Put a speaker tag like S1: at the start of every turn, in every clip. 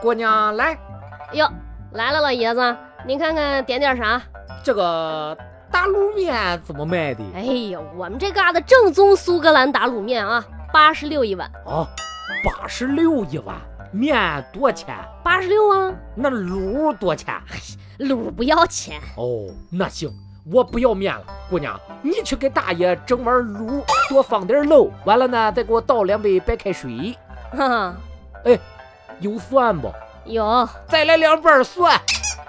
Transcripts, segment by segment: S1: 姑娘来，
S2: 哟，哎来了，老爷子，您看看点点啥？
S1: 这个打卤面怎么卖的？
S2: 哎呦，我们这嘎达正宗苏格兰打卤面啊，八十六一碗，
S1: 哦，八十六一碗，面多钱？
S2: 八十六啊，
S1: 那卤多钱？
S2: 卤不要钱。
S1: 哦，那行，我不要面了，姑娘，你去给大爷整碗卤，多放点肉，完了呢，再给我倒两杯白开水，
S2: 哈哈，
S1: 有蒜不？
S2: 有，
S1: 再来两瓣蒜。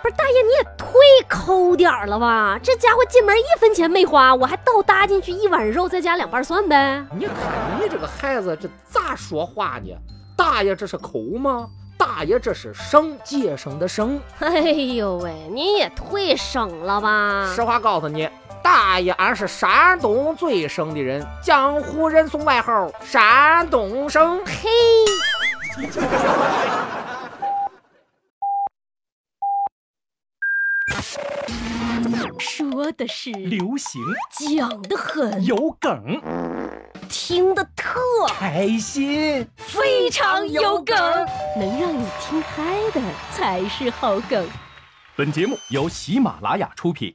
S2: 不是大爷，你也忒抠点儿了吧？这家伙进门一分钱没花，我还倒搭进去一碗肉，再加两瓣蒜呗。
S1: 你看你这个孩子，这咋说话呢？大爷这是口吗？大爷这是省，节省的省。
S2: 哎呦喂，您也忒省了吧？
S1: 实话告诉你，大爷俺是山东最省的人，江湖人送外号“山东省
S2: 嘿，说的 是，
S3: 流行
S2: 讲的很，
S3: 有梗，
S2: 听的特
S3: 开心。
S2: 非常有梗，能让你听嗨的才是好梗。
S3: 本节目由喜马拉雅出品。”。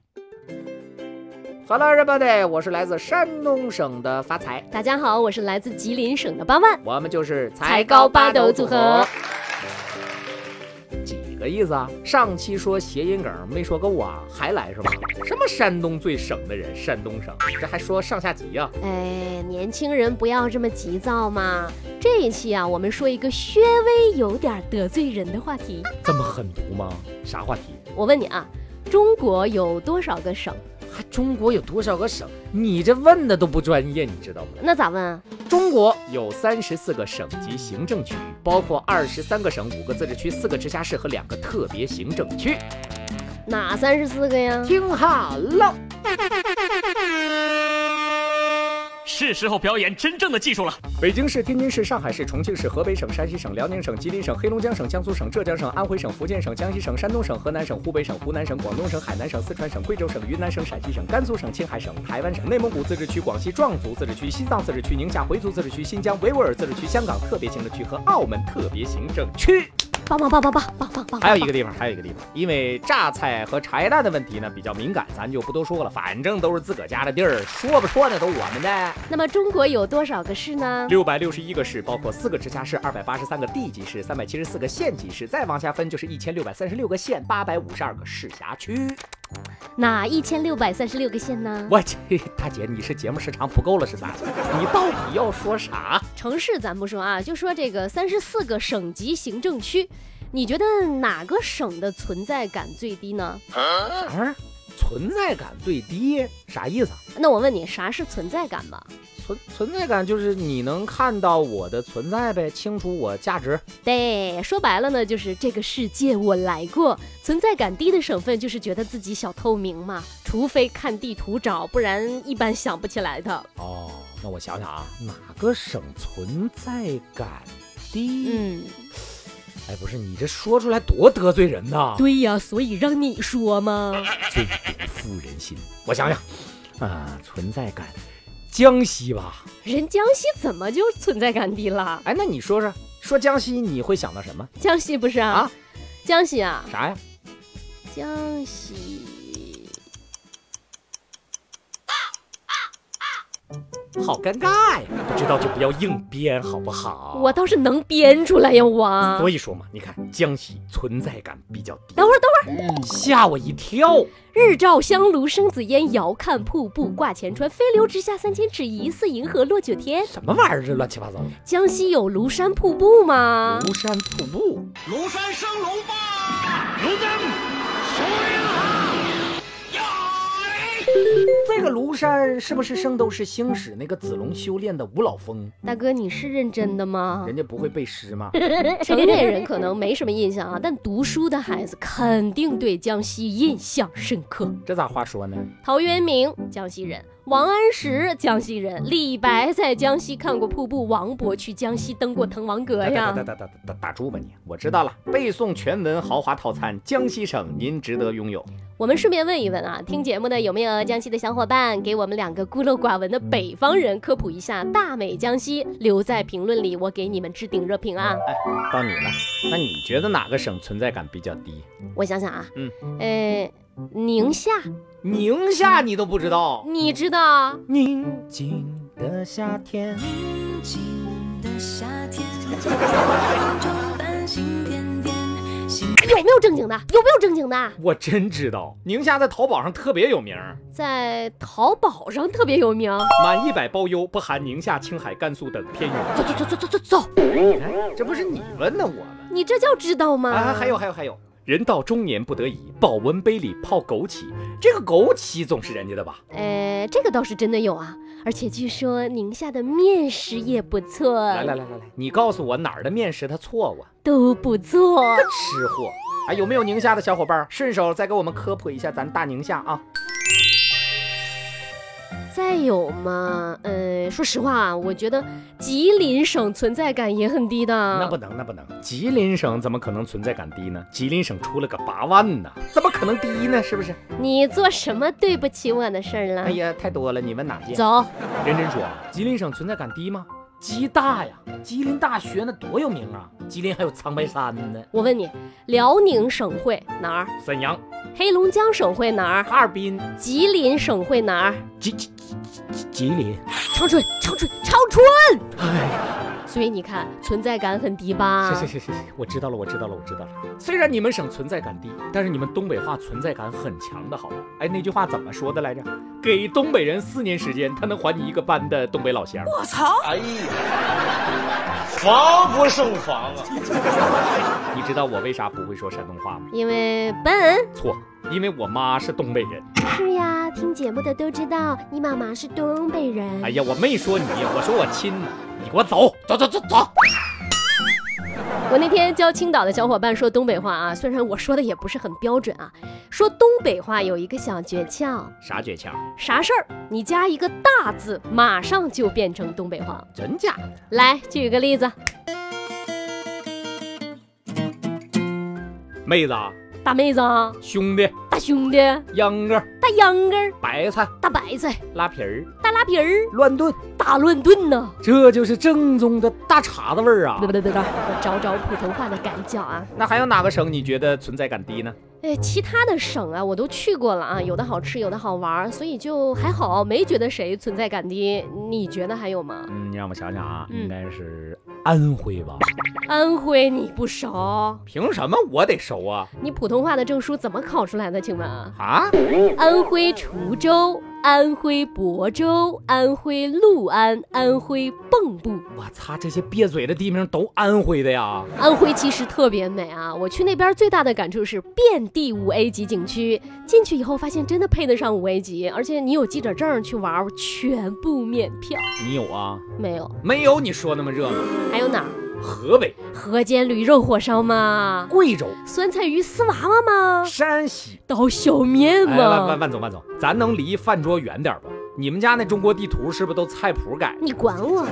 S1: Hello everybody，我是来自山东省的发财，
S2: 大家好，我是来自吉林省的八万。
S1: 我们就是
S2: 才高八斗组合。
S1: 几个意思啊？上期说谐音梗没说够啊，还来是吧？什么山东最省的人，山东省，这还说上下级呀、啊
S2: 哎，年轻人不要这么急躁嘛。这一期啊，我们说一个稍微有点得罪人的话题。
S1: 这么狠毒吗？啥话题？
S2: 我问你啊，中国有多少个省？
S1: 还中国有多少个省？你这问的都不专业，你知道吗？
S2: 那咋问啊？
S1: 中国有三十四个省级行政区，包括二十三个省、五个自治区、四个直辖市和两个特别行政区。
S2: 哪三十四个呀？
S1: 听好了，
S4: 是时候表演真正的技术了。
S1: 北京市、天津市、上海市、重庆市、河北省、山西省、辽宁省、吉林省、黑龙江省、江苏省、浙江省、安徽省、福建省、江西省、山东省、河南省、湖北省、湖南省、广东省、海南省、四川省、贵州省、云南省、陕西省、甘肃省、青海省、台湾省、内蒙古自治区、广西壮族自治区、西藏自治区、宁夏回族自治区、新疆维吾尔自治区、香港特别行政区和澳门特别行政区。
S2: 棒棒棒棒棒棒棒棒！
S1: 还有一个地方，还有一个地方，因为榨菜和茶叶蛋的问题呢比较敏感，咱就不多说了。反正都是自个儿家的地儿，说不说呢都我们的。
S2: 那么中国有多少个市呢？
S1: 六百六十一个市，包括四个直辖市、二百八十三个地级市、三百七十四个县级市，再往下分就是一千六百三十六个县、八百五十二个市辖区。
S2: 哪一千六百三十六个县呢？
S1: 我去，大姐，你是节目时长不够了是咋的？你到底要说啥？
S2: 城市咱不说啊，就说这个三十四个省级行政区，你觉得哪个省的存在感最低呢？
S1: 啊？存在感最低啥意思啊？
S2: 那我问你，啥是存在感吧？
S1: 存存在感就是你能看到我的存在呗，清楚我价值。
S2: 对，说白了呢，就是这个世界我来过。存在感低的省份，就是觉得自己小透明嘛，除非看地图找，不然一般想不起来的。
S1: 哦，那我想想啊，哪个省存在感低？
S2: 嗯，
S1: 哎，不是你这说出来多得罪人呐！
S2: 对呀，所以让你说嘛。
S1: 最不负人心。我想想，啊，存在感，江西吧？
S2: 人江西怎么就存在感低了？
S1: 哎，那你说说，说江西你会想到什么
S2: 江西不是啊？
S1: 啊
S2: 江西啊，
S1: 啥呀？
S2: 江西。
S1: 好尴尬呀！不知道就不要硬编好不好？
S2: 我倒是能编出来呀，我。
S1: 所以说嘛，你看江西存在感比较低，
S2: 等会儿，等会儿，
S1: 嗯吓我一跳。
S2: 日照香炉生紫烟，遥看瀑布挂前川，飞流直下三千尺，疑似银河落九天。
S1: 什么玩意儿？这乱七八糟的。
S2: 江西有庐山瀑布吗？
S1: 庐山瀑布，
S4: 庐山升龙吧，龙灯，收银
S1: 这个庐山是不是《圣斗士星矢》那个子龙修炼的五老峰？
S2: 大哥，你是认真的吗？
S1: 人家不会背诗吗？
S2: 成年人可能没什么印象啊，但读书的孩子肯定对江西印象深刻。
S1: 这咋话说呢？
S2: 陶渊明，江西人；王安石，江西人；李白在江西看过瀑布；王勃去江西登过滕王阁 呀。
S1: 打打打打打打住吧你！我知道了，背诵全文豪华套餐，江西省您值得拥有。
S2: 我们顺便问一问啊，听节目的有没有江西的小伙伴，给我们两个孤陋寡闻的北方人科普一下大美江西？留在评论里，我给你们置顶热评啊！
S1: 哎，到你了，那你觉得哪个省存在感比较低？
S2: 我想想啊，
S1: 嗯，
S2: 呃，宁夏，
S1: 宁夏你都不知道？
S2: 你知道？
S1: 宁静的夏天，
S5: 宁静的夏天，装扮新甜点，新
S2: 有没有正经的？有没有正经的？
S1: 我真知道，宁夏在淘宝上特别有名儿，
S2: 在淘宝上特别有名。
S1: 满一百包邮，不含宁夏、青海、甘肃等偏远。
S2: 走走走走走走走，
S1: 这不是你问的我们
S2: 你这叫知道吗？
S1: 啊？还有还有还有，人到中年不得已，保温杯里泡枸杞，这个枸杞总是人家的吧？
S2: 呃，这个倒是真的有啊，而且据说宁夏的面食也不错，
S1: 来来来来来，你告诉我哪儿的面食它错误啊？
S2: 都不错。
S1: 吃货。哎，有没有宁夏的小伙伴儿？顺手再给我们科普一下咱大宁夏啊！
S2: 再有嘛，
S1: 嗯
S2: 呃，说实话啊，我觉得吉林省存在感也很低的。
S1: 那不能，那不能，吉林省怎么可能存在感低呢？吉林省出了个八万呢，怎么可能低呢？是不是？
S2: 你做什么对不起我的事儿了？
S1: 哎呀，太多了，你问哪些？
S2: 走，
S1: 认真说，啊吉林省存在感低吗？吉大呀，吉林大学那多有名啊！吉林还有长白山呢，
S2: 我问你，辽宁省会哪儿？
S1: 沈阳、
S2: 黑龙江省会哪儿？
S1: 哈尔滨、
S2: 吉林省会哪儿？
S1: 吉吉吉吉林。
S2: 长春，长春，长春。
S1: 哎，
S2: 所以你看，存在感很低吧？
S1: 行行行行行，我知道了，我知道了，我知道了。虽然你们省存在感低，但是你们东北话存在感很强的，好吧？哎，那句话怎么说的来着？给东北人四年时间，他能还你一个班的东北老乡。
S5: 我操！
S4: 哎呀，防不胜防啊！
S1: 你知道我为啥不会说山东话吗？
S2: 因为笨。
S1: 错，因为我妈是东北人。
S2: 是呀，听节目的都知道，你妈妈是东北人
S1: 哎呀，我没说你，我说我亲你，你给我走，走走走走。
S2: 我那天教青岛的小伙伴说东北话啊，虽然我说的也不是很标准啊，说东北话有一个小诀窍，
S1: 啥诀窍？
S2: 啥事儿你加一个大字，马上就变成东北话。
S1: 真假的？
S2: 来，举个例子，
S1: 妹子啊，
S2: 大妹子啊，
S1: 兄弟，
S2: 大兄弟，
S1: 秧歌、
S2: 大秧歌儿，
S1: 白菜、
S2: 大白菜，
S1: 拉皮儿、
S2: 大拉皮儿，
S1: 乱炖，
S2: 大乱炖呢。
S1: 这就是正宗的大碴子味儿啊
S2: 对！对对对，我找找普通话的赶脚啊。
S1: 那还有哪个省你觉得存在感低呢？
S2: 哎，其他的省啊，我都去过了啊，有的好吃，有的好玩儿，所以就还好，没觉得谁存在感低。你觉得还有吗？
S1: 嗯，让我想想啊，
S2: 嗯
S1: 应该是安徽吧？
S2: 安徽你不熟，
S1: 凭什么我得熟啊？
S2: 你普通话的证书怎么考出来的？请问啊，
S1: 啊？
S2: 安徽滁州、安徽亳州、安徽六安、安徽蚌埠。
S1: 我擦，这些瘪嘴的地名都安徽的呀！
S2: 安徽其实特别美啊！我去那边最大的感触是遍地五 A 级景区，进去以后发现真的配得上五 A 级，而且你有记者证去玩儿，全部免票。
S1: 你有啊？
S2: 没有，
S1: 没有你说那么热闹。
S2: 还有哪儿？
S1: 河北、
S2: 河间驴肉火烧吗？
S1: 贵州、
S2: 酸菜鱼丝娃娃吗？
S1: 山西。
S2: 刀削面
S1: 哎，万万
S2: 吗？
S1: 万总万总，咱能离饭桌远点儿吧？你们家那中国地图是不是都菜谱改的？
S2: 你管我！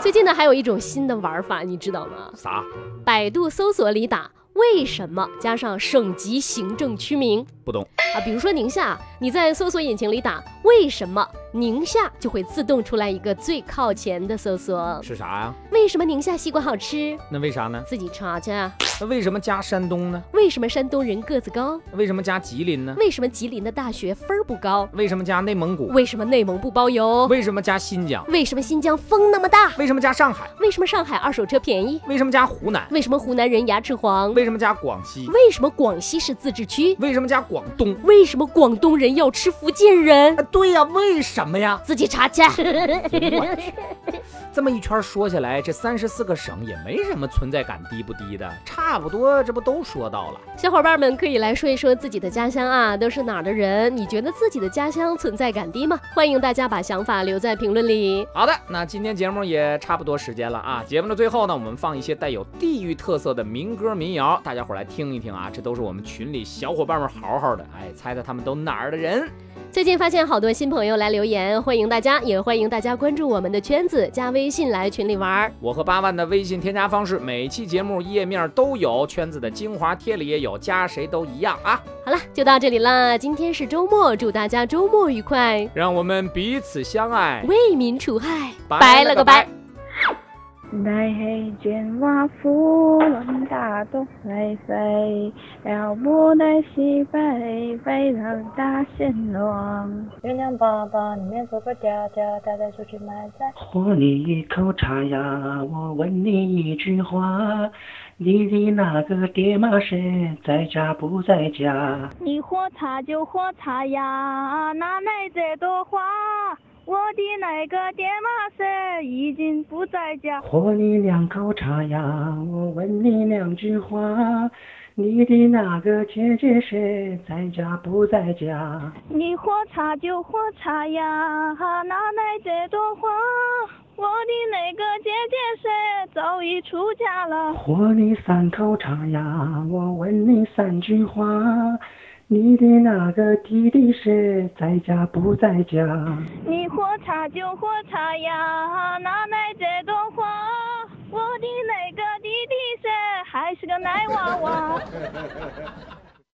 S2: 最近呢，还有一种新的玩法，你知道吗？
S1: 啥？
S2: 百度搜索里打“为什么”加上省级行政区名
S1: 不懂。
S2: 啊，比如说宁夏，你在搜索引擎里打“为什么宁夏”，就会自动出来一个最靠前的搜索。
S1: 是啥呀？
S2: 为什么宁夏西瓜好吃？
S1: 那为啥呢？
S2: 自己查去。
S1: 那为什么加山东呢？
S2: 为什么山东人个子高？
S1: 为什么加吉林呢？
S2: 为什么吉林的大学分儿不高？
S1: 为什么加内蒙古？
S2: 为什么内蒙不包邮？
S1: 为什么加新疆？
S2: 为什么新疆风那么大？
S1: 为什么加上海？
S2: 为什么上海二手车便宜？
S1: 为什么加湖南？
S2: 为什么湖南人牙齿黄？
S1: 为什么加广西？
S2: 为什么广西是自治区？
S1: 为什么加广东？
S2: 为什么广东人要吃福建人？
S1: 啊，对呀、为什么呀？
S2: 自己查去。
S1: 我去，这么一圈说下来，这三十四个省也没什么存在感低不低的，差不多，这不都说到了。
S2: 小伙伴们可以来说一说自己的家乡啊，都是哪儿的人？你觉得自己的家乡存在感低吗？欢迎大家把想法留在评论里。
S1: 好的，那今天节目也差不多时间了啊。节目的最后呢，我们放一些带有地域特色的民歌民谣，大家伙儿来听一听啊。这都是我们群里小伙伴们好好的，哎，猜猜他们都哪儿的人？
S2: 最近发现好多新朋友来留言，欢迎大家，也欢迎大家关注我们的圈子，加微信来群里玩儿。
S1: 我和八万的微信添加方式，每期节目页面都有，圈子的精华贴里也有，加谁都一样啊！
S2: 好了，就到这里啦，今天是周末，祝大家周末愉快，
S1: 让我们彼此相爱，
S2: 为民除害，
S1: 拜
S2: 了
S1: 个
S2: 拜。
S6: 大氣轉畫虎，諗打都肥肥，了不得西北，非常大仙郎。
S7: 月亮宝宝里面做个家家，大家出去买菜。
S8: 喝你一口茶呀，我问你一句话，你的那个爹妈是在家不在家？
S9: 你喝茶就喝茶呀，哪来这朵花？我的那个爹妈是已经不在家。
S8: 喝你两口茶呀，我问你两句话，你的那个姐姐是在家不在家？
S9: 你喝茶就喝茶呀，哪来这朵花？我的那个姐姐是早已出嫁了。
S8: 喝你三口茶呀，我问你三句话。你的那个弟弟是在家不在家？
S9: 你喝茶就喝茶呀，哪来这朵花？我的那个弟弟是还是个奶娃娃。